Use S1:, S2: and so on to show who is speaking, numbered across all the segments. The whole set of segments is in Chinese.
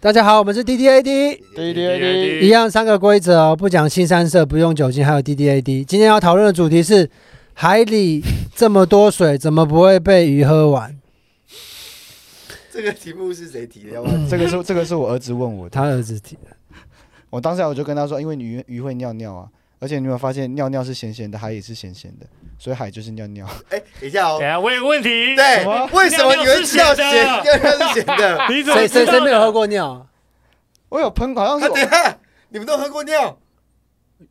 S1: 大家好，我们是 D D A D，
S2: 滴滴滴
S1: 一样三个规则哦，不讲新三色，不用酒精，还有 D D A D。今天要讨论的主题是海里这么多水，怎么不会被鱼喝完？
S3: 这个题目是谁提的？要 不然
S2: 这个是这个是我儿子问我的，
S1: 他儿子提的，
S2: 我当时我就跟他说，因为鱼鱼会尿尿啊，而且你有没有发现尿尿是咸咸的，海也是咸咸的，所以海就是尿尿。
S3: 哎，等一下哦
S4: 等一，下，我有个问题。
S3: 对，为什么你会知道咸
S4: 尿
S3: 尿尿是咸的？
S4: 你怎么
S1: 谁谁
S4: 知道
S1: 谁没有
S4: 的
S1: 喝？过尿啊？
S2: 我有喷，好像
S3: 啊，
S2: 是
S3: 等一
S2: 我
S3: 下，你们都喝过尿？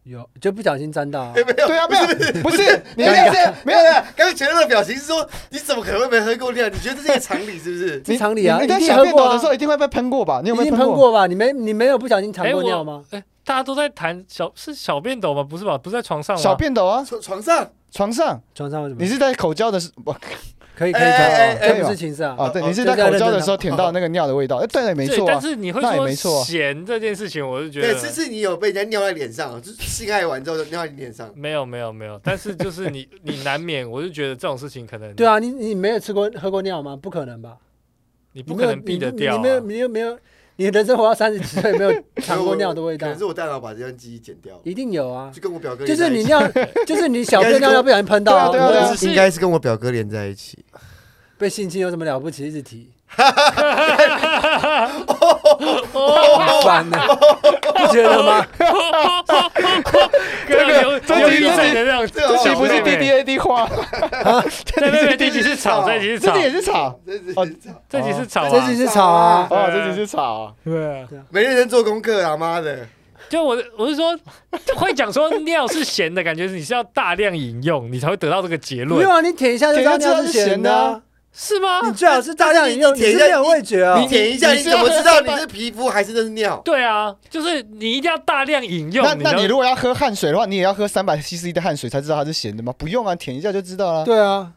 S1: 有就不小心沾到、啊
S3: 哎，。没有，
S2: 对啊，没有，不是你
S3: 没有，
S2: 那
S3: 没
S2: 是
S3: 有，没 有。刚刚前面的表情是说，你怎么可能会没喝过尿？你觉得这是一个常理是不是？
S2: 你
S1: 正常理啊
S2: 你你在
S1: 一定
S2: 小
S1: 喝
S2: 便
S1: 过啊
S2: 斗的时候一定会被喷过吧？你有没
S1: 一
S2: 有
S1: 定
S2: 喷
S1: 喷？过吧？你没你没有不小心尝
S4: 哎
S1: 过
S4: 我
S1: 尿吗？
S4: 大家都在谈小是小便斗吗？不是吧？不是在床上吗？
S2: 小便斗啊，
S3: 床床上
S2: 床上，
S1: 床上为什么
S2: 你？是在口交的时不
S1: 可以可以
S3: 哎哎
S1: 可
S3: 哎
S1: 以，
S3: 哎
S1: 这不是情色啊。
S2: 啊？对，
S3: 哦
S2: 你是在
S1: 就在
S2: 口交的时
S1: 认
S2: 候
S1: 真
S2: 舔到那个尿的味道，哎，对，没
S4: 对
S2: 错啊
S4: 但。是你会
S2: 那也
S4: 说
S2: 没错啊
S4: 咸这件事情，我是觉
S3: 对，
S4: 得
S3: 这次你有被人家尿在脸上，就是性爱完之后就尿在你脸上。
S4: 没有没有没有，但是就是你你难免，我就觉得这种事情可能
S1: 对，啊，你你没有吃过喝过尿吗？不可能吧？
S4: 你
S1: 你
S4: 不
S1: 没
S4: 可
S1: 有
S4: 能避得
S1: 你
S4: 掉啊。
S1: 你没有你又没有，你人生活到三十几岁没有尝过尿的味
S3: 可
S1: 道
S3: 能，是我大脑把这段记忆剪掉了，
S1: 一定有啊。
S3: 就跟我表哥
S1: 就
S3: 连在
S1: 是你
S3: 一起
S1: 尿，就是你小便尿尿不小心喷到、
S2: 对啊对啊
S1: 我
S2: 对
S4: 啊
S3: 应该是跟我表哥连在一起。
S1: 被性侵有什么了不起？一直提，
S4: 哦，
S1: 烦呢、不觉得吗？
S4: 这
S2: 个这
S4: 有
S2: 集
S4: 一
S2: 这
S4: 整
S2: 集
S4: 的让
S3: 这
S2: 这
S3: 集
S2: 岂不
S4: 弟
S2: 是 D D
S4: 弟？
S2: A D 话？
S4: 欸对对对，这集是吵，这集是
S2: 这
S4: 吵
S2: 集，也是草
S3: 真是
S2: 哦
S4: 这集是吵
S1: 这
S4: 啊
S1: 只。是草啊，
S2: 哦，这集是草啊。
S4: 对啊，
S3: 没认真做功课啊，妈的！
S4: 就我的我是说，会讲说尿是咸的感觉，你是要大量饮用，你才会得到这个结
S1: 没
S4: 论
S1: 有，啊，你舔一下就知道尿是咸的啊、
S4: 是吗？
S1: 你最好是大量饮用，
S3: 你
S1: 你
S3: 舔
S1: 是
S3: 一下
S1: 没有味觉啊
S3: 你。舔一下，
S2: 你
S3: 你怎么知道你是皮肤还是那是尿？
S4: 对啊，就是你一定要大量饮用。
S2: 那那
S4: 知道
S2: 你如果要喝汗水的话，你也要喝三百 CC 的汗水才知道它是咸的吗？不用啊，舔一下就知道了。
S1: 对啊，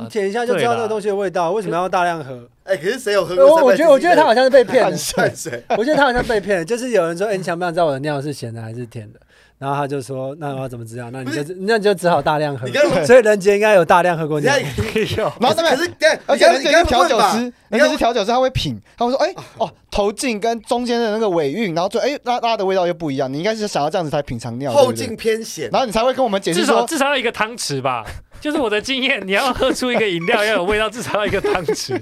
S1: 你
S4: 啊
S1: 舔一下就知道
S4: 对啦
S1: 这个东西的味道，为什么要大量喝？
S3: 哎，可是谁有喝过？
S1: 我我觉得我觉得他好像是被骗
S2: 汗
S1: 的，
S2: 水
S3: 汗水。
S1: 我觉得他好像被骗了，就是有人说，哎、你想不想知道我的尿是咸的还是甜的？然后他就说，那我要怎么知道？那你就那你就只好大量喝
S3: 你刚刚。
S1: 所以人杰应该有大量喝过
S3: 人
S1: 尿
S3: 家，
S2: 然后上
S3: 可
S2: 面，
S3: 是对，
S2: 而且
S3: 你刚
S2: 而且
S3: 刚
S2: 是调酒
S3: 问吧
S2: 师，
S3: 你
S2: 而
S3: 刚
S2: 且
S3: 刚
S2: 是调酒师，他会品，他会说，哎哦，头颈跟中间的那个尾韵，然后最哎拉拉的味道又不一样，你应该是想要这样子才品尝尿，对
S3: 后
S2: 不对
S3: 劲偏咸
S1: 哦
S2: 然，后你才会跟我们解释
S4: 至少
S2: 说，
S4: 至少要一个汤匙吧。就是我的经验，你要喝出一个饮料要有味道，至少要一个汤匙，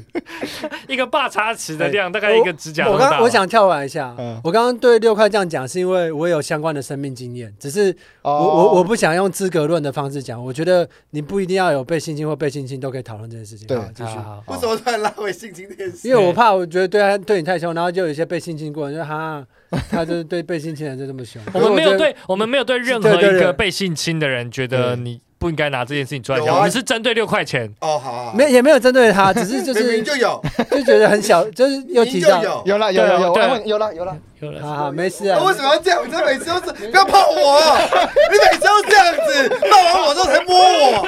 S4: 一个把茶匙的量，大概一个指甲那
S1: 哎我
S4: 么大吧。啊
S1: 刚我想跳完一下
S2: 嗯，
S1: 我刚刚对六块这样讲，是因为我有相关的生命经验，只是我
S2: 哦
S3: 哦
S1: 我我不想用资格论的方式讲，我觉得你不一定要有被性侵或被性侵都可以讨论这件事情。
S2: 对
S1: 好继续
S4: 好。好
S3: 为什么突然拉回性侵这件事？
S1: 因为我怕，我觉得对他对你太凶，然后就有一些被性侵过的人就哈，他就是对被性侵的人就这么凶。
S4: 我们
S1: 可
S4: 没有
S1: 是觉得
S4: 对，我们没有对任何
S1: 对对
S4: 一
S1: 对
S4: 个被性侵的人觉得你不应该拿这件事情出来
S3: 有
S4: 讲，
S3: 啊
S4: 我们是针对六块钱。
S3: 哦，好好，好
S1: 没也没有针对他，只是就
S3: 明
S1: 是
S3: 明就有，
S1: 就觉得很小，就是又
S3: 明明
S1: 提
S3: 就
S1: 到，
S3: 有。
S2: 哦有啦有
S4: 对
S2: 有
S4: 啊
S2: 有，我
S4: 对啊
S2: 问有啦有啦，
S4: 有了
S1: 好好没事啊
S3: 那。为什么要这样？你这每次都是不要碰我，啊你每次都这样子，抱完我之后才摸我，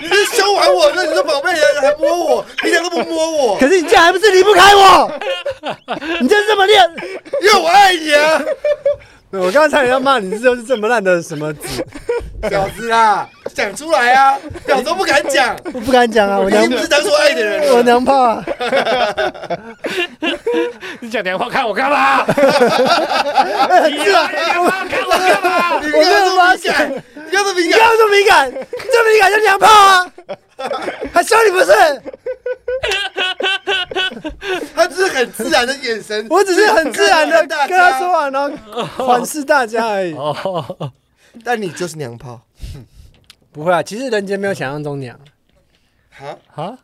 S3: 你是凶完我，那你说宝贝还摸我，平常都不摸我，
S1: 可是你这样还不是离不开我？ 你就是这么练。
S3: 因为我爱你啊，
S1: 对我刚刚差点要骂你，这就是这么烂的什么字，
S3: 婊子啊，讲出来啊，婊子都不敢讲，
S1: 我不敢讲啊，我
S3: 你
S1: 娘
S3: 是不是当初爱的人
S1: 我
S3: 了？
S1: 娘炮啊，
S4: 你讲电话看我干嘛？你讲电话看我干
S1: 啊
S4: 嘛？
S3: 你不要这么敏感，你不要这么敏
S1: 你
S3: 感
S1: 干，嘛这么敏感？这么敏感就娘炮啊，还凶你不是？
S3: 他只是很自然的眼神，
S1: 我只是很自然的
S3: 大家
S1: 跟他说完，然后环视大家而已。
S4: 哦，
S3: 但你就是娘炮
S1: 不会啊，其实人间没有想象中娘，
S3: 啊！
S4: 啊，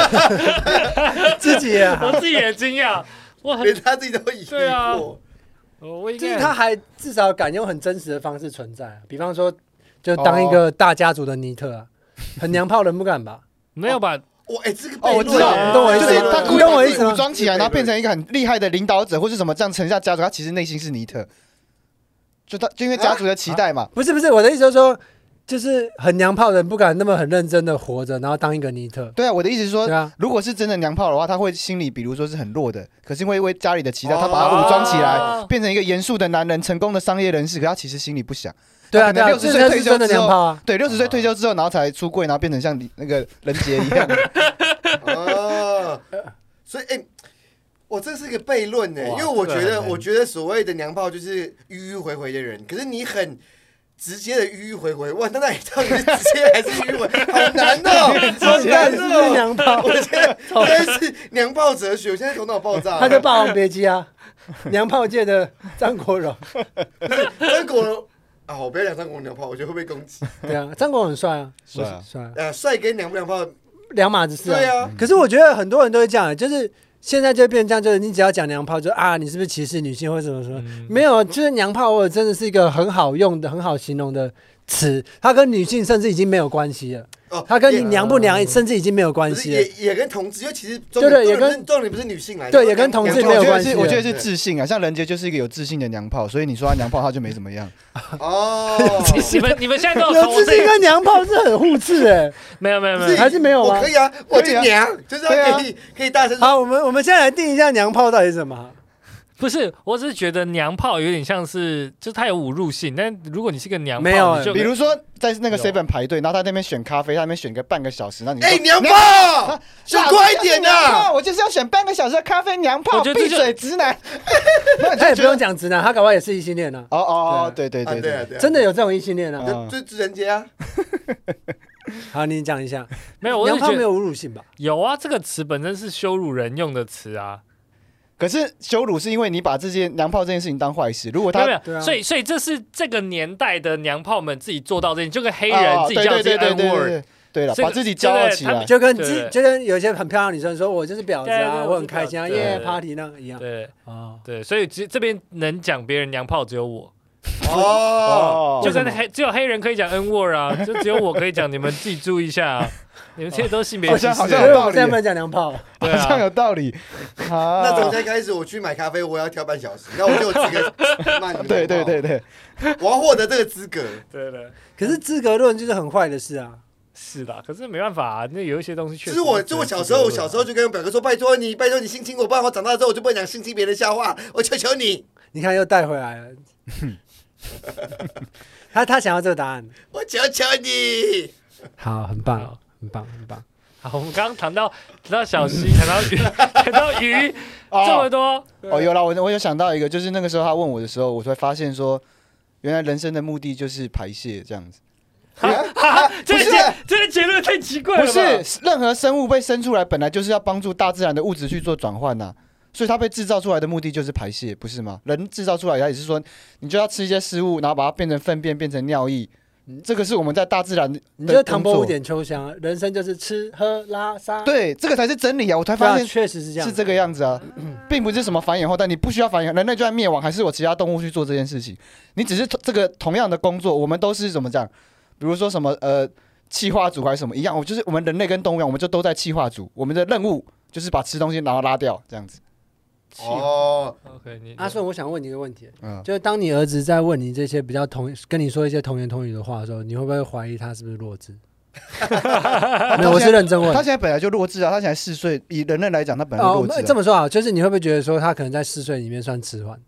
S1: 自己也好
S4: 我自己也惊讶，我很
S3: 啊连他自己都疑惑。
S4: 对啊我 应
S1: 就是
S4: 该
S1: 他还至少敢用很真实的方式存在、啊，比方说，就当一个大家族的尼特啊，很娘炮人不敢吧？
S4: 没有吧？
S3: 我哎，这个
S2: 哦，我
S3: 悖
S2: 知
S3: 论
S2: 道，
S3: 啊
S1: 你懂我意思
S2: 就
S1: 吗
S2: 是他故
S1: 你
S2: 意
S1: 懂我
S2: 把
S1: 意
S2: 自
S1: 思
S2: 己
S1: 吗
S2: 武装起来，然后变成一个很厉害的领导者，或是什么这样沉下家族，他其实内心是尼特，就他就因为家族的期待嘛，
S1: 不是不是，我的意思就是说，就是很娘炮人不敢那么很认真的活着，然后当一个尼特，
S2: 对啊，我的意思是说
S1: 对，啊，
S2: 如果是真的娘炮的话，他会心里比如说是很弱的，可是因为因为家里的期待，
S3: 哦
S2: 他把他武装起
S4: 哦
S2: 来，变成一个严肃的男人，成功的商业人士，可他其实心里不想。
S1: 对啊
S2: 可
S1: 对
S2: 能
S1: 啊，
S2: 60
S1: 这
S2: 岁
S1: 才
S2: 退
S1: 是
S2: 休
S1: 真的
S2: 之
S1: 娘
S2: 后
S1: 炮啊。
S2: 对，六十岁退休之后，然后才出柜，然后变成像你那个人杰一样。
S3: 啊哦，所以哎、我这是一个悖论呢，因
S4: 哇
S3: 为我觉
S4: 这个
S3: 得，
S4: 很
S3: 我觉得所谓的娘炮就是迂迂回回的人，可是你很直接的迂迂回回，哇，那那你到底是直接还是迂回？好难 哦，好
S1: 干
S3: 难
S1: 啊是不是
S3: 哦！
S1: 娘炮？
S3: 我现在现在是娘炮哲学，我现在头脑爆炸。
S1: 他在《霸王别姬》啊，娘炮界的张国 荣，
S3: 张国荣啊，我不要讲张国荣娘炮，我觉得会被攻击。
S1: 对啊，张国荣很帅啊，
S2: 帅啊
S1: 帅啊，
S3: 呃，帅跟娘不娘炮，
S1: 两码子事
S3: 对啊，
S1: 可是我觉得很多人都会这样，就是现在就变这样，就是你只要讲娘炮，就啊，你是不是歧视女性或什么
S2: 嗯
S1: 什么？
S4: 嗯
S1: 没有，就是娘炮，我真的是一个很好用的、很好形容的词，它跟女性甚至已经没有关系了，
S3: 哦，
S1: 它跟
S3: 也
S1: 你娘不娘甚至已经没有关
S3: 不是
S1: 系
S3: 也
S1: 了。
S3: 也跟同志，因为其实重
S1: 对对
S3: 点
S1: 也跟
S3: 重点不是重点不是女性来的，
S1: 对也跟 同志
S2: 我
S1: 没有
S2: 觉得
S1: 关系
S2: 是，我觉得是自信啊。像人杰就是一个有自信的娘炮，所以你说他娘炮，他就没怎么样。
S3: 哦。
S4: 你们你们现在都有从
S1: 有
S4: 我
S1: 自
S4: 这
S1: 信
S4: 个
S1: 跟娘炮是很互斥哎、
S4: 没有没有没
S3: 不
S4: 有
S1: 还是没有吗
S3: 我可以啊，我就娘，就是
S2: 对啊
S3: 要可以可以大声说，
S1: 好，我们我们现在来定一下娘炮到底是什么。
S4: 不是，我只是觉得娘炮有点像是，就是它有侮辱性，但如果你是个娘炮，
S1: 没有
S4: 你就
S2: 比如说在那个
S4: 有
S2: seven 排队，然后他在那边选咖啡，他在那边选个半个小时，那你
S3: 哎，
S2: 说
S3: 娘炮，啊就快一点
S2: 啊！
S3: 呐！
S2: 我就是要选半个小时的咖啡，娘
S4: 我
S2: 炮，
S4: 觉得这
S2: 闭
S4: 就
S2: 嘴，直男。
S1: 他也哎不用讲直男，他搞不好也是异性恋啊，
S2: 哦哦哦，对对
S3: 啊
S2: 对
S3: 对啊
S2: 对，
S3: 对啊，
S1: 真的有这种异性恋啊。
S3: 就就就人杰 啊，
S1: 好，你讲一下，
S4: 没有，我
S1: 娘
S4: 是
S1: 炮
S4: 觉
S1: 没
S4: 得
S1: 有侮辱性吧？
S4: 有啊，这个词本身是羞辱人用的词啊，
S2: 可是羞辱是因为你把这些娘炮这件事情当坏事，如果
S4: 没
S2: 他
S4: 有没
S1: 对
S4: 有，
S1: 啊
S4: 所以所以这是这个年代的娘炮们自己做到这件，就跟黑
S2: 哦
S4: 人自己
S2: 对
S4: 叫
S2: 对
S4: 自己
S2: 对对
S4: N
S2: 对
S4: word，
S2: 对对了，
S4: 这个
S2: 把自己骄傲起
S4: 对
S2: 来
S4: 对。
S1: 就跟
S4: 对
S1: 自
S4: 对
S1: 就跟有些很漂亮的女生说我就是婊子
S4: 对对
S1: 啊，
S4: 我
S1: 我
S4: 是
S1: 很开心啊，
S4: 婊子对
S1: 耶
S4: 对
S1: party 那样一样
S4: 对
S1: 啊。
S4: 对，所以这这边能讲别人娘炮只有我，
S3: 哦，
S2: 哦
S4: 就跟黑只有黑人可以讲 N word 啊，就只有我可以讲，你们自己注意一下啊，你们这些都性别
S2: 好
S4: 歧视
S2: 像
S4: 欸，
S2: 好
S1: 所
S2: 像
S1: 以
S2: 有
S1: 我
S2: 道
S1: 们
S2: 理
S1: 现在不能讲娘炮，
S4: 对
S2: 好像
S4: 啊，
S2: 有 道理。啊
S3: 那
S2: 那
S3: 从现在开始，我去买咖啡，我要挑半小时，那我就有资格骂 你们。
S2: 对对对，对，
S3: 我要获得这个资格。
S4: 对的，
S1: 可是资格论就是很坏的事啊。
S4: 是的，可是没办法啊，那有一些东西
S3: 其
S4: 确实
S3: 实我，
S4: 只
S3: 就
S4: 能
S3: 我小
S4: 自己
S3: 时候，我
S4: 论啊
S3: 小时候就跟我表哥说，拜托你，拜托你性侵我，不然我长大之后我就不能讲性侵别人的笑话，我求求你，
S1: 你看又带回 来了，他他想要这个答案，
S3: 我求求你。
S1: 好，很
S4: 好
S1: 棒，很棒，很棒。
S4: 好，我们刚刚谈到谈到小溪，谈到 鱼，谈到鱼这么
S2: 哦
S4: 多，
S2: 哦，有了，我我有想到一个，就是那个时候他问我的时候，我才发现说，原来人生的目的就是排泄这样子。
S4: 哈哈，这个
S3: 啊不是
S4: 结这个结论太奇怪了，
S2: 不是，任何生物被生出来，本来就是要帮助大自然的物质去做转换呐。所以它被制造出来的目的就是排泄，不是吗？人制造出来，它也是说，你就要吃一些食物，然后把它变成粪便，变成尿液。嗯这个是我们在大自然的
S1: 你就唐
S2: 工
S1: 伯虎
S2: 作。
S1: 点秋香啊，人生就是吃喝拉撒，
S2: 对，这个才是真理啊！我才
S1: 对啊，
S2: 发现
S1: 确实是这样
S2: 是。这个样子啊，并不是什么繁衍后代，你不需要繁衍，人类就算灭亡，还是我其他动物去做这件事情。你只是这个同样的工作，我们都是怎么讲？比如说什么呃，气化组还是什么一样，我就是我们人类跟动物一样，我们就都在气化组，我们的任务就是把吃东西然后拉掉这样子。
S3: 哦，
S4: ，OK，你
S1: 阿顺，啊我想问你一个问题，
S2: 嗯，
S1: 就是当你儿子在问你这些比较童跟你说一些童言童语的话的时候，你会不会怀疑他是不是 弱智？没有，我是认真问
S2: 他。现在本来就弱智啊，他现在四岁，以人类来讲，他本来就
S1: 哦，
S2: 弱
S1: 我
S2: 智
S1: 们
S2: 啊、
S1: 这么说啊，就是你会不会觉得说他可能在四岁里面算迟缓？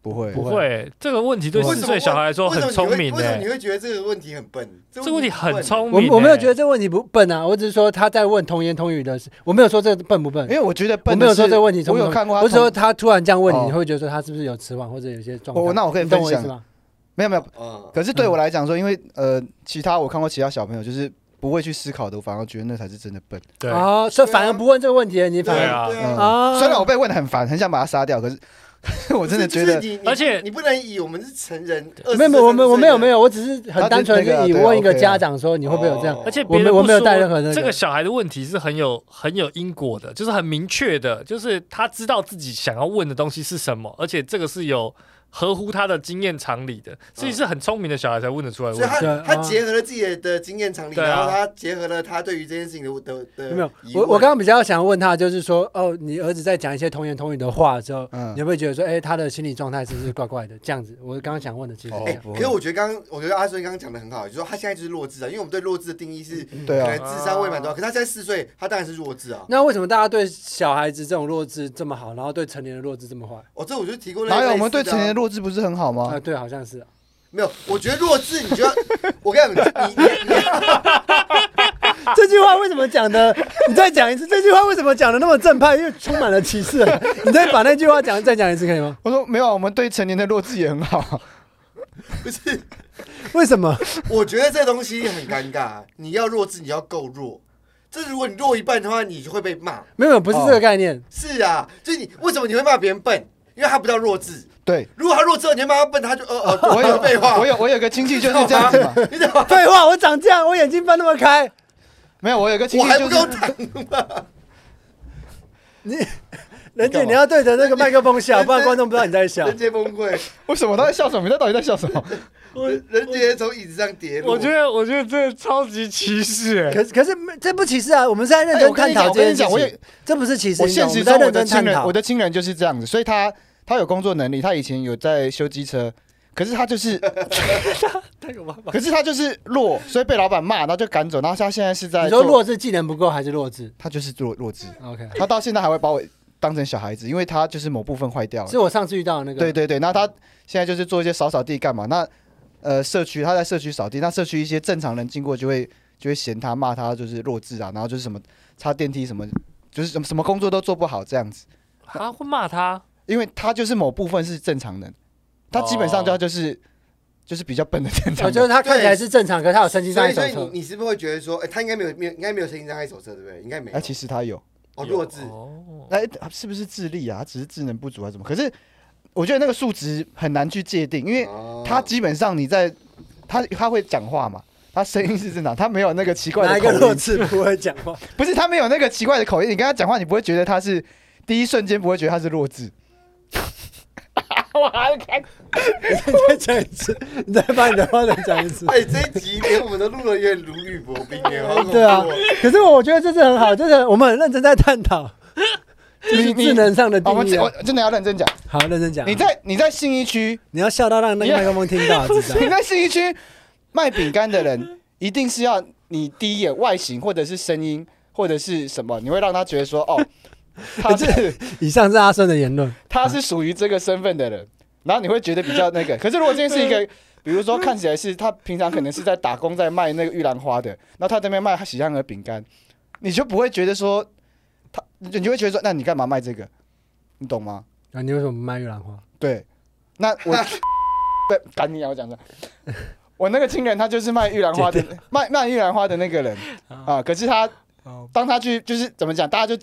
S2: 不会。
S4: 不会这个问题对
S1: 为
S4: 四
S3: 什么
S4: 岁小孩来说
S3: 为什
S4: 很
S3: 么你
S4: 聪
S3: 会
S4: 明
S3: 为什么你
S4: 的，
S3: 会觉得这个问题很笨？这
S4: 这个问题很
S3: 笨
S4: 聪
S1: 我
S4: 明欸，
S1: 我没有觉得这个问题不笨啊，我只是说他在问童言童语的事，我没有说这个笨不笨
S2: 因，为我觉得
S1: 我
S2: 笨
S1: 没
S2: 的
S1: 有
S2: 是，
S1: 说这个问题聪不聪
S2: 我有
S1: 明
S2: 看过他
S1: 我只
S2: 同，
S1: 说他突然这样问
S2: 哦
S1: 你，你会觉得说他是不是有迟缓或者有一些状
S2: 我
S1: 况？
S2: 那我可以
S1: 你懂
S2: 分
S1: 我意思
S2: 享
S1: 吗？
S2: 没有没有，
S3: 嗯，
S2: 可是对
S1: 嗯
S2: 我来讲说，因为呃，其他我看过其他小朋友就是不会去思考的，我反而觉得那才是真的笨。
S4: 对
S1: 哦，所以
S3: 对啊
S1: 反而不问这个问题，你反
S4: 对
S1: 而
S4: 啊
S3: 对
S2: 嗯
S3: 啊，
S1: 啊，
S2: 虽然我被问的很烦，很想把他杀掉，可是可是 我真的觉
S3: 不
S2: 得
S3: 是就是你你
S4: 而且
S3: 你不能以我们是成人，
S1: 没有没有我们我没有没
S3: 有，
S1: 有，我只是很单纯的以
S2: 他只是那个啊对啊
S1: 问一个
S2: OK 啊
S1: 家长说你会不会有这样
S3: 哦？
S4: 而且
S1: 我
S4: 别
S1: 没
S4: 人
S1: 我没有
S4: 不
S1: 带
S4: 说
S1: 任何那个
S4: 这个小孩的问题是很有很有因果的，就是很明确的，就是他知道自己想要问的东西是什么，而且这个是有合乎他的经验常理的，所以是很聪明的小孩才问得出来的
S3: 所以
S4: 问题。
S3: 他
S1: 对啊
S3: 他结合了自己的的经验常理，
S4: 对啊
S3: 然后他结合了他对于这件事情的的的
S1: 有没有？
S3: 疑
S1: 我
S3: 问
S1: 我刚刚比较想问他，就是说，哦，你儿子在讲一些童言童语的话之后，
S2: 嗯
S1: 你会不会觉得说，哎、他的心理状态是不是怪怪的？这样子，我刚刚想问的其实是这
S3: 哎、
S1: 样。
S2: 哦不会
S3: 可是我觉得刚刚，我觉得阿顺刚刚讲的很好，就是说他现在就是弱智啊，因为我们对弱智的定义是
S2: 对
S3: 可
S2: 啊
S3: 能，智商未满多少，可是他现在四岁，他当然是弱智啊。
S1: 那为什么大家对小孩子这种弱智这么好，然后对成年人弱智这么坏？
S3: 哦，这我就提过类似
S2: 哪
S3: 的啊。
S2: 有我们对成年的弱智不是很好
S1: 啊、
S2: 吗？
S1: 对，好像是、
S3: 没有？我觉得弱智，你就要，我跟你讲，你你你
S1: 这句话为什么讲的？你再讲一次，这句话为什么讲的那么正派？因为充满了歧视。你再把那句话讲再讲一次，可以吗？
S2: 我说没有啊，我们对成年的弱智也很 好。
S3: 不是，
S1: 为什
S2: 哦
S1: 么？
S3: 我觉得这东西很尴尬。你要弱智，你要够弱。这如果你弱一半的话，你就会被骂。
S1: 没有，没有不是这个概念。
S3: 是啊，就是你为什么你会骂别人笨？因为他不叫弱智。
S2: 对，
S3: 如果他弱智，你会骂他笨，他就呃呃，
S2: 我有
S3: 废
S1: 啊
S3: 话，
S2: 我有我有个亲戚就是这样子 嘛。
S3: 你怎么？
S1: 废话，我长这样，我眼睛翻那么开，
S2: 没有，我有个亲
S3: 我
S2: 戚
S3: 还不
S2: 就
S3: 够
S2: 是
S3: 坦，
S1: 人姐
S2: 干嘛
S1: 你要对着那个麦克风笑，
S3: 人
S1: 不然观众不知道你在笑
S3: 人。杰崩溃，
S2: 为什么他在笑什么？他到底在笑什 么？
S3: 人人杰从椅子上跌落。
S4: 我觉得，我觉得这超级歧视、欸。
S1: 可是可是没这不歧视啊，我们是在认
S2: 哎
S1: 真
S2: 我跟
S1: 探
S2: 你
S1: 讨
S2: 讲
S1: 这件事
S2: 我跟你讲我
S1: 情
S2: 也。
S1: 这不是歧视，
S2: 我
S1: 你懂
S2: 现
S1: 吗我们
S2: 实
S1: 在
S2: 中我
S1: 认
S2: 的
S1: 真
S2: 亲
S1: 探
S2: 人，
S1: 讨
S2: 我。的亲人就是这样子，所以他他有工作能力，他以前有在修机车，可是 他就是，可是他就是弱，所以被老板骂，然后就赶走，然后他现在是在
S1: 你说
S2: 做
S1: 弱智技能不够还是弱智
S2: 他就是弱弱智，
S1: ？OK，
S2: 他到现在还会把我当成小孩子，因为他就是某部分坏掉了
S1: 是。我上次遇到的那个。
S2: 对对对，那他现在就是做一些扫扫地干嘛？那呃，社区他在社区扫地，那社区一些正常人经过就会就会嫌他骂他就是弱智啊，然后就是什么擦电梯什么，就是什么什么工作都做不好这样子，
S4: 啊，会骂他？
S2: 因为他就是某部分是正常人，他基本上就
S4: 哦
S2: 他就是、就是比较笨的正常
S1: 我
S2: 人，
S1: 觉得他看起来是正常，可是他有身心障
S3: 所
S1: 碍
S3: 以，
S1: 手
S3: 所以
S1: 册。
S3: 你你是不是会觉得说，哎、他应该没有没有应该没有神经障碍手册，对不对？应该没有。
S2: 哎、其实他有，
S3: 哦，弱智，
S4: 哦
S2: 哎、是不是智力啊？他只是智能不足还是什么？可是我觉得那个数值很难去界定，因为
S3: 哦
S2: 他基本上你在他他会讲话嘛，他声音是正常，他没有那个奇怪
S1: 哪
S2: 的
S1: 一个
S2: 口
S1: 弱
S2: 音，
S1: 智不会讲话？
S2: 不是他没有那个奇怪的口音，你跟他讲话，你不会觉得他是第一瞬间不会觉得他是弱智，
S1: 你再讲一次，你再把你的话再讲一次。
S3: 哎、这一集连我们都录的有点如履薄冰哎，好恐怖哦
S1: 对啊，可是我觉得这是很好，就是我们很认真在探讨，就是智能上的
S2: 我
S1: 定
S2: 们
S1: 义啊
S2: 哦我。真的要认真讲，
S1: 好，认真讲啊。
S2: 你在你在信义区，
S1: 你要笑到让那个麦克风听到，知道
S2: 你？在信义区卖饼干的人，一定是要你第一眼外形或者是声音或者是什么，你会让他觉得说哦，
S1: 哎
S2: 他是
S1: 以上是阿顺的言论。
S2: 他是属于这个身份的人，然后你会觉得比较那个。可是如果今天是一个，比如说看起来是他平常可能是在打工，在卖那个玉兰花的，然后他在那边卖喜香儿饼干，你就不会觉得说他，你就会觉得说，那你干嘛卖这个？你懂吗？
S1: 啊，你为什么不卖玉兰花？
S2: 对，那 我对，赶紧啊！我讲的，我那个亲人他就是卖玉兰花的，卖卖玉兰花的那个人啊。可是他
S1: 哦，
S2: 当他去就是怎么讲，大家就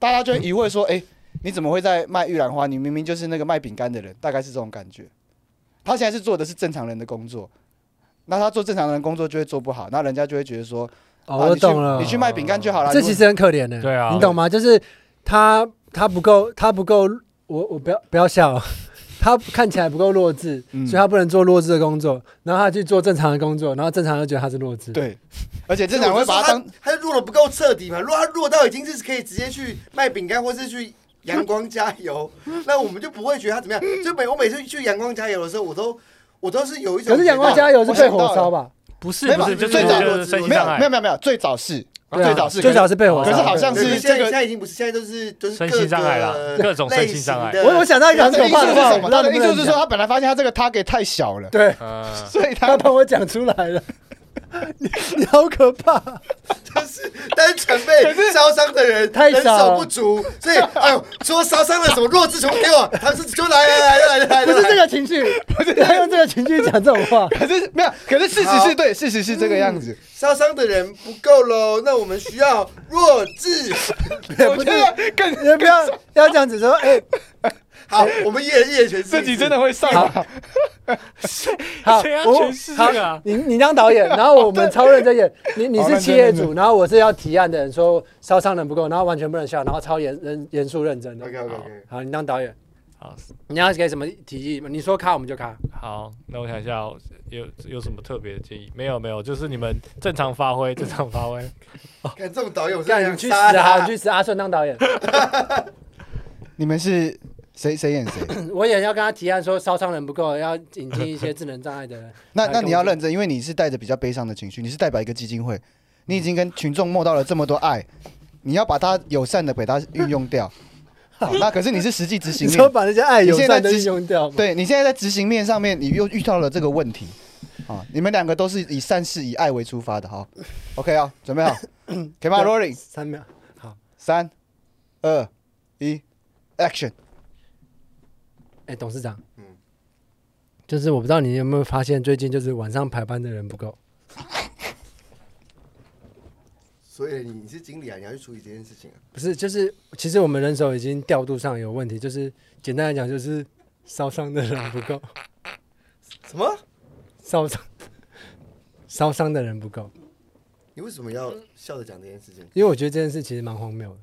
S2: 大家就会疑问说，哎、你怎么会在卖玉兰花？你明明就是那个卖饼干的人，大概是这种感觉。他现在是做的是正常人的工作，那他做正常人的工作就会做不好，那人家就会觉得说，啊
S1: 哦，我
S2: 你去
S1: 懂了
S2: 你。去卖饼干就好了。
S1: 这
S2: 你
S1: 其实很可怜的。
S4: 对啊
S1: 你懂吗？就是他他不够，他不够，我我不要不要笑 哦。他看起来不够弱智，
S2: 嗯
S1: 所以他不能做弱智的工作，然后他去做正常的工作，然后正常人就觉得他是弱智。
S2: 对，而
S1: 哎
S2: 且正常人会把他当
S3: 他弱的不够彻底嘛？如果他弱到已经是可以直接去卖饼干或是去阳光加油，那我们就不会觉得他怎么样。就每我每次去阳光加油的时候，我都我都是有一种
S1: 可是阳光加油是被火烧吧？
S4: 不
S2: 没
S4: 是
S2: 有
S4: 不是，
S3: 没有
S4: 就是
S3: 最早
S4: 就是身心
S2: 没有
S4: 障碍，
S2: 没有没有没有，最早是
S1: 对啊
S2: 最早是
S1: 最早是被火烧。
S2: 可是好像
S3: 对
S2: 是
S3: 现在
S2: 这个
S3: 现在已经不是，现在都是都是
S4: 身心障碍啦各种身心障碍
S1: 啊我我想到一个
S2: 他
S1: 很
S2: 的
S1: 可
S2: 意
S1: 怕
S2: 思
S1: 的
S2: 是
S1: 话，
S2: 什
S1: 我不
S2: 么？
S1: 知道
S2: 他
S1: 能
S2: 的
S1: 不
S2: 意
S1: 能
S2: 思是说，
S1: 讲
S2: 他本来发现他这个 target 太小了，
S1: 对
S4: 嗯，
S2: 所以
S1: 他
S2: 他
S1: 帮我讲出来 了，你你好可怕。
S3: 就是单纯被烧伤的人
S1: 太
S3: 人
S1: 少了
S3: 手不足，所以哎呦，说烧伤了什么弱智穷给我，他是就来来来来来，
S1: 不是这
S3: 个，
S1: 个情绪，不是他用这个情绪讲这种话。
S2: 可是没有，可是事实
S3: 好
S2: 是对，事实是这个样子。
S1: 嗯
S3: 烧伤的人不够喽，那我们需要弱智。
S2: 我觉得更
S1: 你不要要这样子说，哎，
S3: 好，我们一人一人诠释，
S2: 自己真的会上啊，
S1: 好，
S4: 谁要
S1: 我
S4: 诠释这个
S1: 好
S4: 啊，
S1: 你你当导演，然后我们超认真演，你你
S2: 好
S1: 是
S2: 认真
S1: 企业
S2: 认
S1: 主，
S2: 真
S1: 然后我是要提案的人，说烧伤人不够，然后完全不能笑，然后超严严严肃认真的
S3: OK。OK OK，
S1: 好，你当导演，
S4: 好
S1: 你要给什么提议？你说卡我们就卡。
S4: 好，那我想一下哦有有什么特别的建议？没有没有，就是你们正常发挥，正常发挥。
S3: 看这种导演，我真
S1: 哦干，
S3: 的
S1: 你
S3: 想
S1: 去死
S3: 杀
S1: 啊！
S3: 他
S1: 你去死！阿顺当导演，
S2: 你们是谁谁演谁？
S1: 我也要跟他提案说烧伤人不够，要引进一些智能障碍的人。
S2: 那
S1: 来
S2: 那你要
S1: 跟我
S2: 认真，因为你是带着比较悲伤的情绪，你是代表一个基金会，你已经跟群众默到了这么多爱，你要把它友善的给它运 用掉。好，那可是你是实际执行
S1: 你说
S2: 面，
S1: 把那些爱友
S2: 你现在
S1: 善的
S2: 执
S1: 运用掉吗？
S2: 对你现在在执行面上面，你又遇到了这个问题，啊，你们两个都是以善事、以爱为出发的哈。OK 啊，准备好 c a m e on rolling，
S1: 三秒，好，
S2: 三、二、一，Action！
S1: 哎、董事长，
S3: 嗯
S1: 就是我不知道你有没有发现，最近就是晚上排班的人不够。
S3: 所以你是经理啊，你要去处理这件事情啊。
S1: 不是，就是其实我们人手已经调度上有问题，就是简单来讲，就是烧伤的人不够，
S3: 什么？
S1: 烧伤，烧伤的人不够。
S3: 你为什么要笑着讲这件事情？
S1: 因为我觉得这件事其实蛮荒谬的，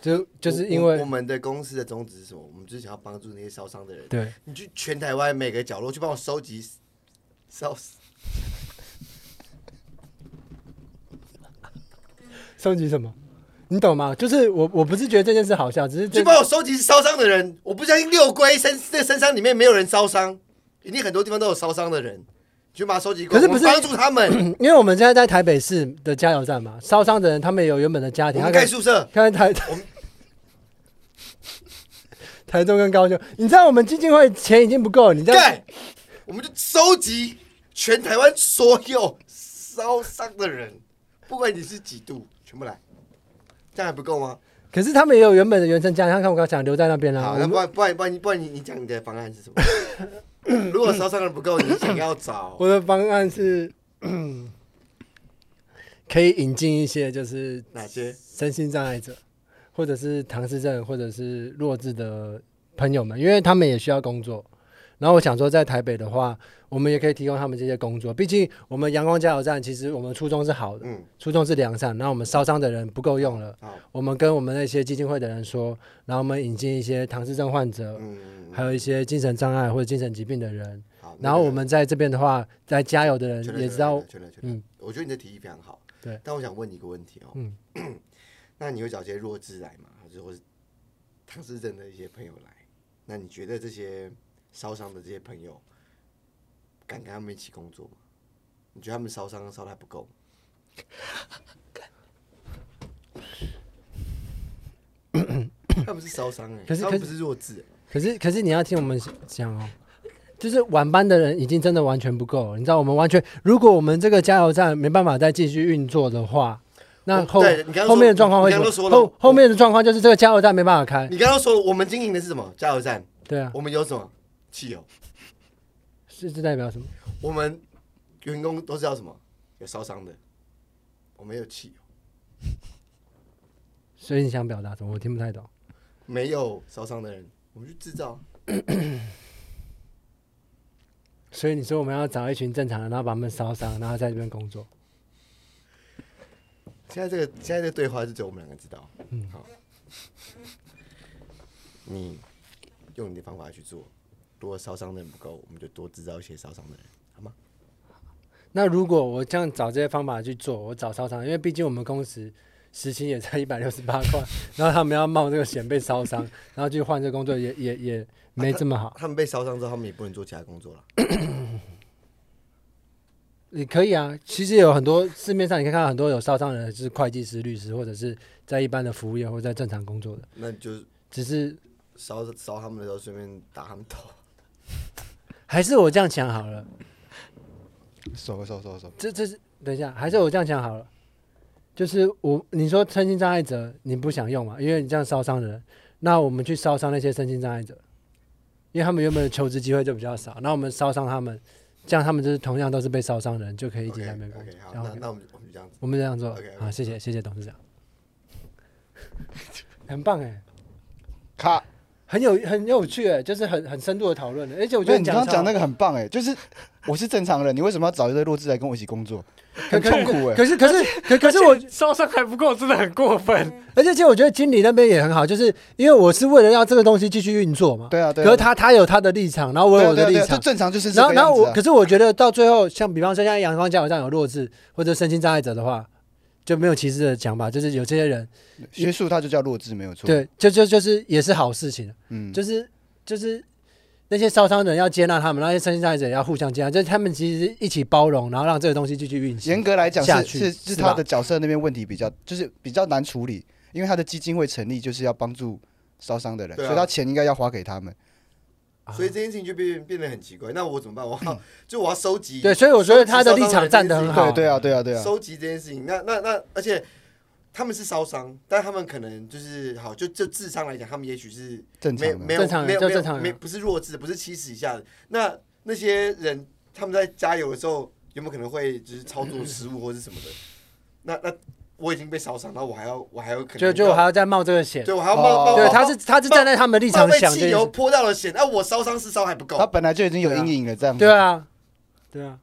S1: 就就是因
S3: 我我我
S1: 为
S3: 们的公司的宗旨是什么？我们就是想要帮助那些烧伤的人。
S1: 对，
S3: 你去全台湾每个角落去帮我收集烧
S1: 收集什么，你懂吗？就是我我不是觉得这件事好笑，只是
S3: 去
S1: 这
S3: 帮我收集烧伤的人。我不相信六龟深这深山里面没有人烧伤，一定很多地方都有烧伤的人。你去把它收集过，
S1: 可是
S3: 我们
S1: 不是
S3: 帮助 他们？
S1: 因为我们现在在台北市的加油站嘛，烧伤的人他们也有原本的家
S3: 我
S1: 庭，他
S3: 们
S1: 可
S3: 盖
S1: 以
S3: 宿舍，
S1: 看台台。台 中跟高雄，你知道我们基金会钱已经不够，你这样
S3: 盖，我们就收集全台湾所有烧伤的人，不管你是几度，全部来。这样还不够吗？
S1: 可是他们也有原本的原生家庭，他看我刚才讲留在那边啦、啊
S3: 好，
S1: 我
S3: 那
S1: 们
S3: 不然不然不然你不然你你讲你的方案是什么？ 如果烧伤人不够，你想要找
S1: 我的方案是， 嗯可以引进一些就是
S3: 哪些？
S1: 身心障碍者，或者是唐氏症，或者是弱智的朋友们，因为他们也需要工作。然后我想说，在台北的话，我们也可以提供他们这些工作。毕竟我们阳光加油站，其实我们初衷是好的，
S3: 嗯，
S1: 初衷是良善。然后我们烧伤的人不够用了，
S3: 好，
S1: 我们跟我们那些基金会的人说，然后我们引进一些唐氏症患者，
S3: 嗯，啊
S1: 还有一些精神障碍或者精神疾病的人。
S3: 好。
S1: 然后我
S3: 们。
S1: 们在这边的话，在加油的人
S3: 全然
S1: 也知道，
S3: 全然全然
S1: 嗯，
S3: 我觉得你的提议非常好。
S1: 对
S3: 但我想问你一个问题哦，
S1: 嗯
S3: 那你会找一些弱智来吗？还是或是唐氏症的一些朋友来？那你觉得这些烧伤的这些朋友，敢跟他们一起工作吗？你觉得他们烧伤烧的还不够吗？ 他们是烧伤哎，
S1: 可是
S3: 他们
S1: 可
S3: 不
S1: 是
S3: 是弱智、欸。
S1: 可是可是你要听我们讲哦，就是晚班的人已经真的完全不够了，你知道我们完全，如果我们这个加油站没办法再继续运作的话，那后
S3: 哦对你刚刚说
S1: 后面的状况会什
S3: 你
S1: 么
S3: 刚刚都说了
S1: 后后面的状况就是这个加油站没办法开，
S3: 你刚刚说我们经营的是什么加油站？
S1: 对啊，
S3: 我们有什么汽油？
S1: 是是代表什么？
S3: 我们员工都知道什么？有烧伤的，我们有汽油，
S1: 所以你想表达什么？我听不太懂。
S3: 没有烧伤的人，我们去制造。
S1: 所以你说我们要找一群正常人，然后把他们烧伤，然后在这边工作。
S3: 现在这个现在这个对话就只有我们两个知道。嗯，好， 你用你的方法去做。如果烧伤的人不够，我们就多制造一些烧伤的人，好吗？
S1: 那如果我这样找这些方法去做，我找烧伤，因为毕竟我们工时时薪也才一 百六十八块，然后他们要冒这个险被烧伤，然后去换这工作也也也没这么好。
S3: 他们被烧伤之后，他们也不能做其他工作了。
S1: 也可以啊，其实有很多市面上你可以看到很多有烧伤的人是会计师、律师，或者是在一般的服务业或在正常工作的，
S3: 那就是
S1: 只是
S3: 烧烧他们的时候，顺便打他们头。
S1: 还是我这样想好了，
S2: 收收收收，
S1: 这这是等一下，还是我这样想好了，就是我你说身心障碍者你不想用嘛，因为你这样烧伤人，那我们去烧伤那些身心障碍者，因为他们原本的求职机会就比较少，那我们烧伤他们，这样他们就是同样都是被烧伤的人，就可以一起在那边工作
S3: OK，OK，。好，
S1: 这样
S3: 那
S1: OK
S3: 那我们就我们就这样子。
S1: 我们这样做
S3: OK，OK，
S1: 好，谢谢谢谢董事长，很棒哎。
S2: 卡。
S1: 很有很有趣哎，就是很很深度的讨论欸的，而且我
S2: 我
S1: 觉得
S2: 觉得你刚刚讲那
S1: 个
S2: 个很棒哎、就是我是正常人，你为什么要找一堆弱智来跟我一起工作？很痛苦哎、
S1: 可是可 是可可是我，
S4: 烧伤还不够，真的很过分。
S1: 而且其实我觉得经理那边也很好，就是因为我是为了让这个东西继续运作嘛。
S2: 对啊对啊
S1: 可是他他有他的立场，然后我
S2: 对
S1: 有
S2: 啊
S1: 我的
S2: 对啊
S1: 立
S2: 对啊，就
S1: 场。
S2: 正常就是这
S1: 然后，
S2: 个
S1: 然后
S2: 样子、
S1: 我，
S2: 啊
S1: 可。是我觉得到最后，像比方说，像阳光加油站有弱智或者身心障碍者的话，就没有歧视的讲法，就是有这些人，
S2: 学术它就叫弱智，没有错。，
S1: 对，就就就是也是好事情，
S2: 嗯，
S1: 就是就是那些烧伤的人要接纳他们，那些身心障碍者也要互相接纳，就是他们其实一起包容，然后让这个东西继续运行。
S2: 严格来讲
S1: 下
S2: 是
S1: 去
S2: 是
S1: 是
S2: 是
S1: 吧
S2: 他的角色那边问题比较，就是比较难处理，因为他的基金会成立就是要帮助烧伤的人，
S3: 对啊
S2: 所以他钱应该要花给他们。
S3: 所以这件事情就变变得很奇怪。那我怎么办？我要就我要收集，
S1: 对，所以我觉得他的立场站得很好。
S2: 对对啊，对啊，对啊。
S3: 收集这件事情。那那那，而且他们是烧伤，但他们可能就是好，就就智商来讲，他们也许是
S2: 正常
S3: 没
S2: 的
S3: 没有
S1: 正常人
S3: 没有
S1: 就
S3: 没有
S1: 正常人
S3: 没不是弱智，不是七十以下的。那那些人他们在加油的时候，有没有可能会就是操作失误或是什么的？那那我已经被烧伤，然后我还要我还有可能
S1: 就就我还要再冒这个险
S3: 对。我还要冒冒
S1: 对，
S3: 冒
S1: 他是他是站在他们的立
S3: 冒
S1: 场
S3: 被
S1: 想这
S3: 汽
S1: 件
S3: 油
S1: 事。
S3: 泼到了血，那我烧伤是烧还不够
S2: 他。本来就已经有阴影了，这样。
S1: 对，啊，对啊。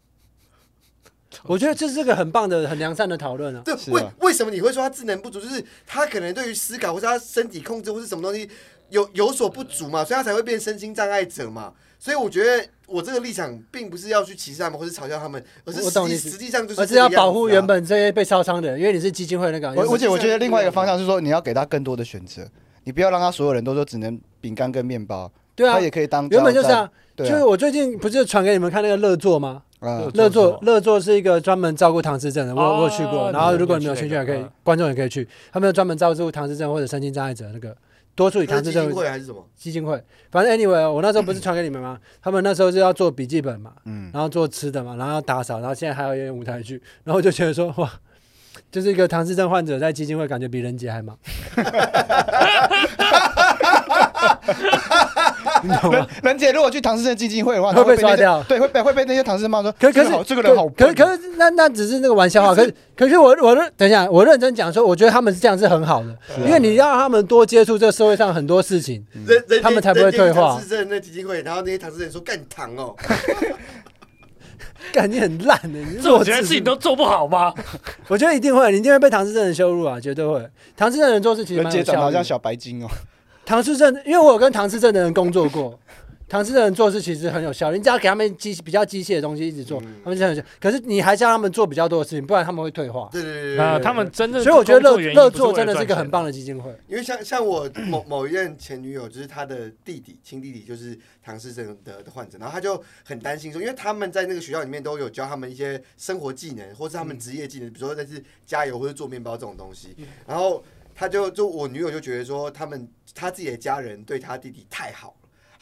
S1: 我觉得这是个很棒的、很良善的讨论啊。
S3: 对，
S2: 是啊
S3: 为为什么你会说他智能不足？就是他可能对于思考或是他身体控制或是什么东西有有所不足嘛，所以他才会变身心障碍者嘛。所以我觉得我这个立场并不是要去歧视他们或是嘲笑他们，而是
S1: 我
S3: 实
S1: 懂
S3: 际
S1: 你是
S3: 实际上就是
S1: 而
S3: 这
S1: 是
S3: 个
S1: 要
S3: 样
S1: 保
S3: 子
S1: 护
S3: 啊
S1: 原本这些被烧伤的人，因为你是基金会那个。
S2: 我我
S1: 原
S2: 姐我觉得另外一个方向是说，你要给他更多的选择，你不要让他所有人都说只能饼干跟面包，
S1: 对啊
S2: 他，也可以当
S1: 原本就
S2: 加油
S1: 是啊
S2: 站，，
S1: 就
S2: 对
S1: 是
S2: 啊，
S1: 我最近不是传给你们看那个乐作吗？
S2: 嗯
S1: 乐
S4: 做
S1: 作乐作是一个专门照顾唐氏症的，我
S4: 哦
S1: 我有去过。然后如果你们有兴趣，
S4: 你有
S1: 也
S4: 去
S1: 可
S4: 那个
S1: 以，观众也可以去，他们有专门照顾唐氏症或者身心障碍者那个多处理
S3: 他
S1: 唐
S3: 基
S1: 氏
S3: 金
S1: 症
S3: 会还是什么？
S1: 基金会。反正 anyway，我那时候不是传给你们吗？他们那时候是要做笔记本嘛，
S2: 嗯，
S1: 然后做吃的嘛，然后要打扫，然后现在还有演舞台剧，然后我就觉得说哇，就是一个唐氏症患者在基金会感觉比人杰还忙，你懂吗？
S2: 人姐如果去唐氏症基金会的话，
S1: 会不会
S2: 她那
S1: 刷
S2: 些
S1: 掉
S2: 对，会被会被那些唐氏骂说，
S1: 可可
S2: 这个
S1: 是
S2: 啊好这个人好
S1: 可
S2: 笨，
S1: 可是那那只是那个玩笑话。可是可是我我认等一下，我认真讲说，我觉得他们是这样是很好的，
S2: 啊
S1: 因为你让他们多接触这个社会上很多事情。
S2: 嗯
S3: 人人
S1: 他们才不会退化
S3: 唐氏症那基金会，然后那些唐氏症说干糖哦，
S1: 感觉很烂的，你是
S4: 这我
S1: 弱
S4: 觉得
S1: 智
S4: 自己都做不好吗？
S1: 我觉得一定会，你一定会被唐氏症人羞辱啊，绝对会。唐氏症人做事其实
S2: 人
S1: 蛮
S2: 姐
S1: 有
S2: 长得
S1: 效
S2: 好
S1: 率
S2: 像
S1: 的。
S2: 小白鲸哦，
S1: 唐氏症，因为我有跟唐氏症的人工作过，唐氏症人做事其实很有效率，你只要给他们机比较机械的东西一直做，他们就很有效。可是你还是要他们做比较多的事情，不然他们会退化。
S3: 对对对对对
S4: 啊，
S3: 对
S4: 他们真正
S1: 所以我觉得乐
S4: 工作原因
S1: 乐
S4: 不为
S1: 做
S4: 了
S1: 真的是一个
S4: 赚
S1: 很
S4: 钱
S1: 棒的基金会。
S3: 因为像像我某某一任前女友，就是她的弟弟亲弟弟，就是唐氏症的的患者，然后她就很担心说，因为他们在那个学校里面都有教他们一些生活技能，或是他们职业技能，比如说那是加油或者做面包这种东西，然后她就就我女友就觉得说，他们她自己的家人对她弟弟太好了。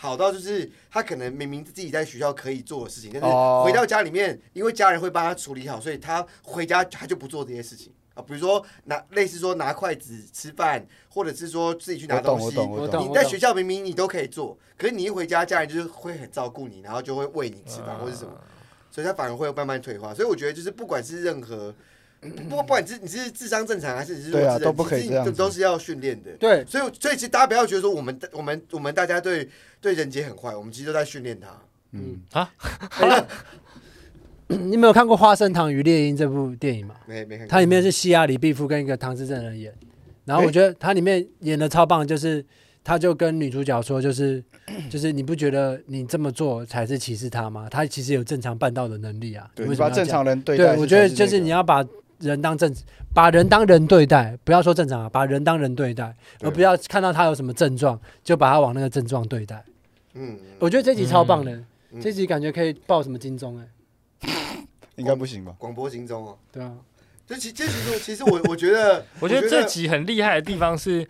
S3: 好到就是她可能明明自己在学校可以做的事情，但是
S2: 哦
S3: 回到家里面，因为家人会帮她处理好，所以她回家她就不做这些事情啊，比如说拿类似说拿筷子吃饭，或者是说自己去拿
S2: 我
S3: 东
S2: 懂
S3: 西。
S2: 我懂我
S1: 我懂
S2: 懂，
S3: 你在学校明明你都可以做，可是你一回家，家人就是会很照顾你，然后就会喂你吃
S2: 啊
S3: 饭或者什么，所以他反而会慢慢退化。所以我觉得就是不管是任何，不不管你是你是智商正常还是你是弱智
S2: 对啊
S3: 人
S2: 都不可以
S3: 其
S2: 这
S3: 实
S2: 样
S3: 你
S2: 子
S3: 都是要训练的。
S1: 对，
S3: 所以我所以其实大家不要觉得说我们我们我们大家对对人杰很坏，我们其实都在训练他。
S1: 嗯
S4: 啊
S1: 你没有看过《花生糖与猎鹰》这部电影吗？
S3: 没没看过
S1: 它里面是西亚李必夫跟一个唐氏症人演，然后我
S2: 诶
S1: 觉得它里面演的超棒，就是他就跟女主角说，就是就是你不觉得你这么做才是歧视他吗？他其实有正常办到的能力啊，
S2: 对，
S1: 为
S2: 你
S1: 什么
S2: 把
S1: 要这
S2: 正
S1: 样？
S2: 常人对待
S1: 对，
S2: 是
S1: 我觉得
S2: 才那
S1: 就是
S2: 个
S1: 你要把人当正，把人当人对待，不要说正常啊，把人当人对待，
S3: 对
S1: 而不要看到他有什么症状就把他往那个症状对待。
S3: 嗯，
S1: 我觉得这集超棒的，
S3: 嗯
S1: 这集感觉可以报什么金钟哎、
S2: 应该不行吧？
S3: 广播行踪哦。
S1: 对啊，
S3: 就其这其实其实我我 觉得
S4: 我觉得这集很厉害的地方是，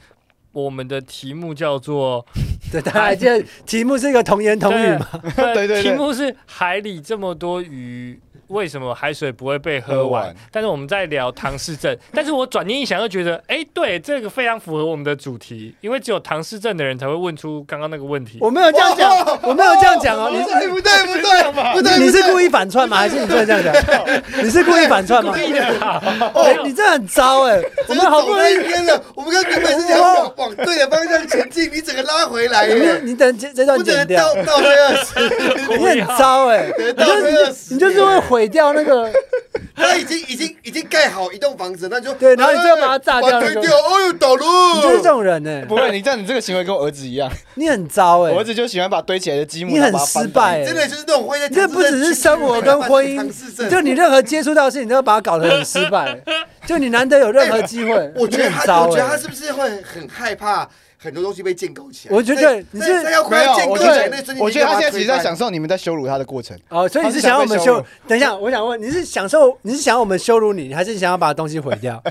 S4: 我们的题目叫做
S1: 对，大家还记得题目是一个童言童语嘛，
S4: “呃
S2: 对对对
S4: 题目是海里这么多鱼，为什么海水不会被喝
S2: 喝
S4: 完
S2: 完？”
S4: 但是我们在聊唐 氏症，但是我转念一想，又觉得，哎，对，这个非常符合我们的主题，因为只有唐氏症的人才会问出刚刚那个问题。
S1: 我没有这样讲，我没有这样讲哦，你
S3: 不
S1: 是
S3: 哎对不对不对不对，
S1: 你
S3: 不
S1: 是
S3: 对
S1: 故意反串吗？还是你真的这样讲？你是故意反串 吗？哎，你这很糟哎！我们好不容易，
S3: 一天了，我们刚原本是想往往对的方向前进，你整个拉回 来
S1: 我们
S3: 耶，
S1: 你等这这段
S3: 不
S1: 剪
S3: 能
S1: 掉
S3: 倒，倒退二十，
S1: 你很糟哎！
S3: 能倒退二十，
S1: 你就是会毁掉那 个，
S3: 他已经已经已经盖好一栋房子，那就
S1: 对然后你就要把它炸掉
S3: 把它推
S1: 那个
S3: 掉，哎呦倒了，
S1: 你就是这种人哎
S2: 不！会，你这样你这个行为跟我儿子一 样，
S1: 你很糟
S2: 我儿
S1: 哎！
S2: 子就喜欢把堆起来的积木
S1: 你
S2: 然后
S1: 很
S2: 把它
S1: 失
S2: 翻
S1: 败
S2: 倒，
S3: 真
S1: 哎！
S3: 的就是那种会在
S1: 这不只是生活跟婚姻
S3: 唐氏，症
S1: 就你任何接触到的事情都要把它搞得很失 败，就你难得有任何机会，
S3: 我觉得
S1: 你很
S3: 他，
S1: 糟
S3: 我觉得他
S1: 哎！
S3: 是不是会很害怕很多东西被建构起来？
S1: 我觉得
S3: 在
S1: 你
S3: 在
S1: 是
S3: 在要快
S2: 没
S3: 要
S2: 有
S3: 建，构
S2: 我
S3: 起
S2: 觉
S3: 来那个
S2: 得
S3: 瞬间，
S2: 我觉得他现在其实在
S3: 想。
S2: 享受你们在羞辱他的过程。
S1: 哦，所以你是想要我们羞？等一下，我想问，你是享受，你是想要
S3: 哎
S1: 我们羞辱你，还是想要把东西毁掉？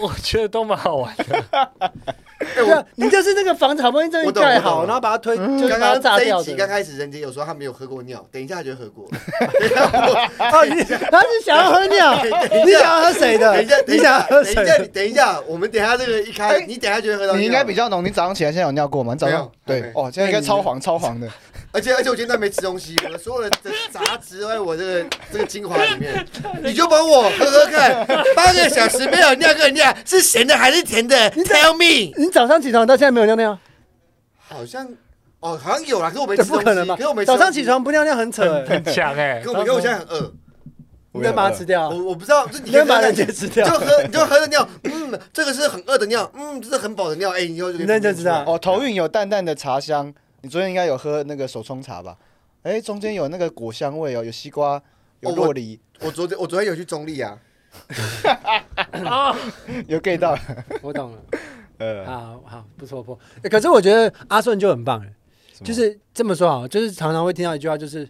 S4: 我觉得都蛮好玩的。
S3: 哎
S1: 对啊
S3: 我，
S1: 你就是那个房子好不容易终于
S3: 我懂
S1: 盖
S3: 我懂
S1: 好，
S3: 了
S1: 然后把它推，就是
S3: 刚
S1: 把它
S3: 刚
S1: 炸
S3: 这
S1: 掉
S3: 一集刚
S1: 的。
S3: 开始，人杰有说他没有喝过尿，等一下就喝过。
S1: 哦，你他是想要喝 尿，你想要喝谁的
S3: 等一下，？
S1: 你
S3: 等一
S1: 想要喝
S3: 下，等
S1: 谁
S3: 一下，
S1: 的？
S3: 你等一下，我们等一下这个一开，
S2: 哎
S3: 你等一下就会喝到尿。
S2: 你应该比较浓，你早上起来现在有尿过吗？你早上
S3: 没
S2: 对
S3: 有还没
S2: 哦，现在应该超黄超黄 的。
S3: 而且而且我今天都没吃东西，我的所有的杂质都在我这个这个精华里面。你就帮我喝喝看，八个小时没有尿个尿，是咸的还是甜的？Tell me。
S1: 你早上起床到现在没有尿尿，
S3: 好像哦，好像有啦，可是我没吃
S1: 这
S3: 东西。
S1: 不可能吧
S3: 可是我没吃
S1: 早上
S3: 东西
S1: 起，床不尿尿很扯欸，
S4: 很强 哎、
S3: 可我可我现在很饿，
S1: 你要把它吃掉啊，
S3: 我我不知道，就
S1: 你
S3: 你
S1: 要把人
S3: 人
S1: 家吃掉
S3: 就。喝你就喝的尿，嗯，这个是很饿的尿，嗯，这是很饱的尿，哎，你以后就可以
S1: 那就知道
S2: 哦，头韵有淡淡的茶香，你昨天应该有喝那个手冲茶吧？哎，中间有那个果香味哦，有西瓜，有
S3: 哦
S2: 洛梨，
S3: 我昨天我昨天有去中立啊，
S4: 啊，
S2: 有 get 到。
S1: 我懂了，
S2: 呃，
S1: 好好不错不错。欸可是我觉得阿顺就很棒哎，
S2: 什么
S1: 就是这么说好了，就是常常会听到一句话，就是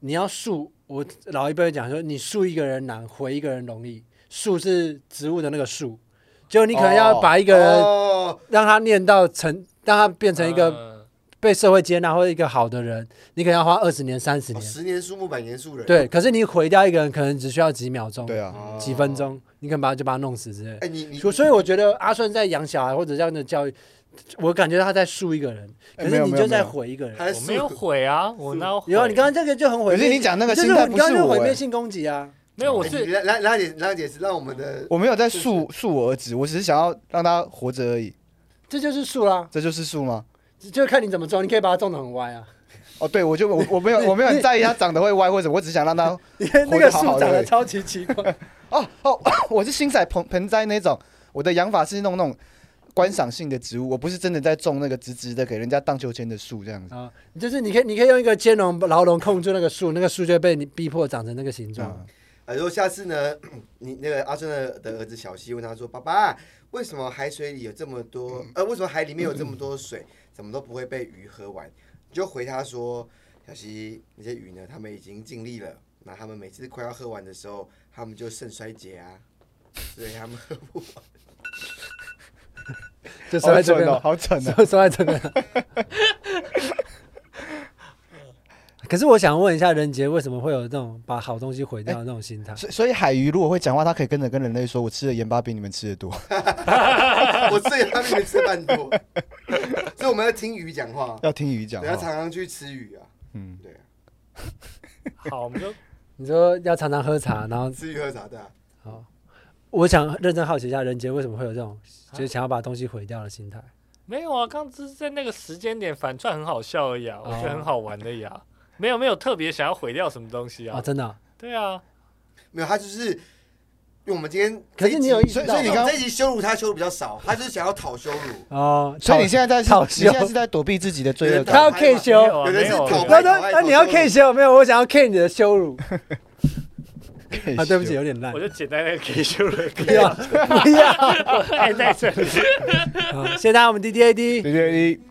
S1: 你要树，我老一辈人讲说，你树一个人难，回一个人容易。树是植物的那个树，就你可能要
S2: 哦
S1: 把一个人
S3: 哦，嗯
S1: 让他念到成，让他变成一个
S4: 呃
S1: 被社会接纳或者一个好的人，你可能要花二十年、三十
S3: 哦
S1: 年。
S3: 十年树木百年树人，
S1: 对，可是你毁掉一个人，可能只需要几秒钟、
S2: 对啊，
S3: 哦，
S1: 几分钟，你可能把他就把他弄死之类的。
S3: 哎，你你
S1: 所所以我觉得阿顺在养小孩或者这样的教育，我感觉他在树一个人，可
S2: 哎没
S1: 是
S2: 有
S1: 你
S2: 没有
S1: 就在
S2: 没有
S1: 毁一个人。
S3: 还
S4: 我
S3: 是
S4: 没有毁啊，我哪有 毁？
S1: 有啊，你刚刚这个就很毁
S2: 可
S1: 灭。
S2: 是你讲那个
S1: 就是
S2: 心态
S1: 你
S2: 不
S1: 刚
S2: 是
S1: 刚就
S2: 我
S1: 毁灭
S2: 哎，
S1: 性攻击啊！
S4: 没有，我
S3: 哎 你
S4: 是
S3: 来来来解来解释，让我们的
S2: 我没有在诉诉我儿子，我只是想要让他活着而已，
S1: 这就是树啦，
S2: 这就是树吗？
S1: 就看你怎么种，你可以把它种的很歪 啊。
S2: 哦，对，我 就我我没有我没有很在意他长得会歪或者什么，我只是想让他
S1: 你看那
S2: 活
S1: 个
S2: 得
S1: 树
S2: 好好的
S1: 长得
S2: 而已
S1: 超级奇怪，
S2: 哦哦，我是新仔盆盆栽那种，我的养法是弄那种观赏性的植物，我不是真的在种那个直直的给人家荡秋千的树这样子。
S1: 啊，就是你可以，你可以用一个兼容牢笼控住那个树，那个树就会被你逼迫长成那个形状。
S2: 嗯
S3: 啊，如果下次呢，你那个阿顺的的儿子小西问他说：“爸爸，为什么海水里有这么多？呃，为什么海里面有这么多水，怎么都不会被鱼喝完？”你就回他说：“小西，那些鱼呢，他们已经尽力了，那他们每次快要喝完的时候，他们就肾衰竭啊，所以他们 喝不完。
S1: 就收
S2: 好
S1: 在这
S2: 蠢
S1: 边
S2: 哦，
S1: 了，
S2: 好蠢哦！
S1: 收收在这边了。可是我想问一下，任杰为什么会有这种把好东西毁掉的那种心态？
S2: 所以所以海鱼如果会讲话，它可以跟着跟人类说：“我吃的盐巴比你们吃的多。
S3: 我自己他们没吃饭多， 所以我们要听鱼讲话”，
S2: 要听鱼讲
S3: 等下常
S2: 话。
S3: 常去吃鱼啊，
S2: 嗯，
S3: 对啊，
S4: 好，我们就
S1: 你说要常常喝茶，然后
S3: 吃鱼喝啥的啊、
S1: 好，我想认真好奇一下，任杰为什么会有这种就是想要把东西毁掉的心态？
S4: 没有啊，刚刚只是在那个时间点反串很好笑而已啊，我觉得
S1: 哦
S4: 很好玩的呀、没有没有特别想要毁掉什么东西
S1: 啊，
S4: 啊，
S1: 真的啊、
S4: 对啊，
S3: 没有，他就是因为我们今天
S1: 可是你有
S3: 这一集
S1: 意识到
S3: 所以所以
S2: 吗
S3: 你刚这一集羞辱他羞辱比较少，他就是想要讨羞辱。
S1: 哦，
S2: 所以你现在在是
S1: 讨
S2: 你现在
S1: 羞
S2: 是在躲避自己的罪恶
S1: 他
S2: 感。
S1: 要 K
S4: 没有
S1: 修，
S4: 啊，
S3: 有
S4: 没
S3: 人是
S4: 有
S3: 讨
S1: 他
S4: 啊，
S3: 拍
S1: 说：“那、你要 K 修没有？我想要 K 你的羞辱啊！对不起，有点烂
S4: 我，就简单的给修了
S1: 不要不要！
S4: 爱在这里。
S1: 好谢谢大家，我们 D D A D。
S2: 对对对。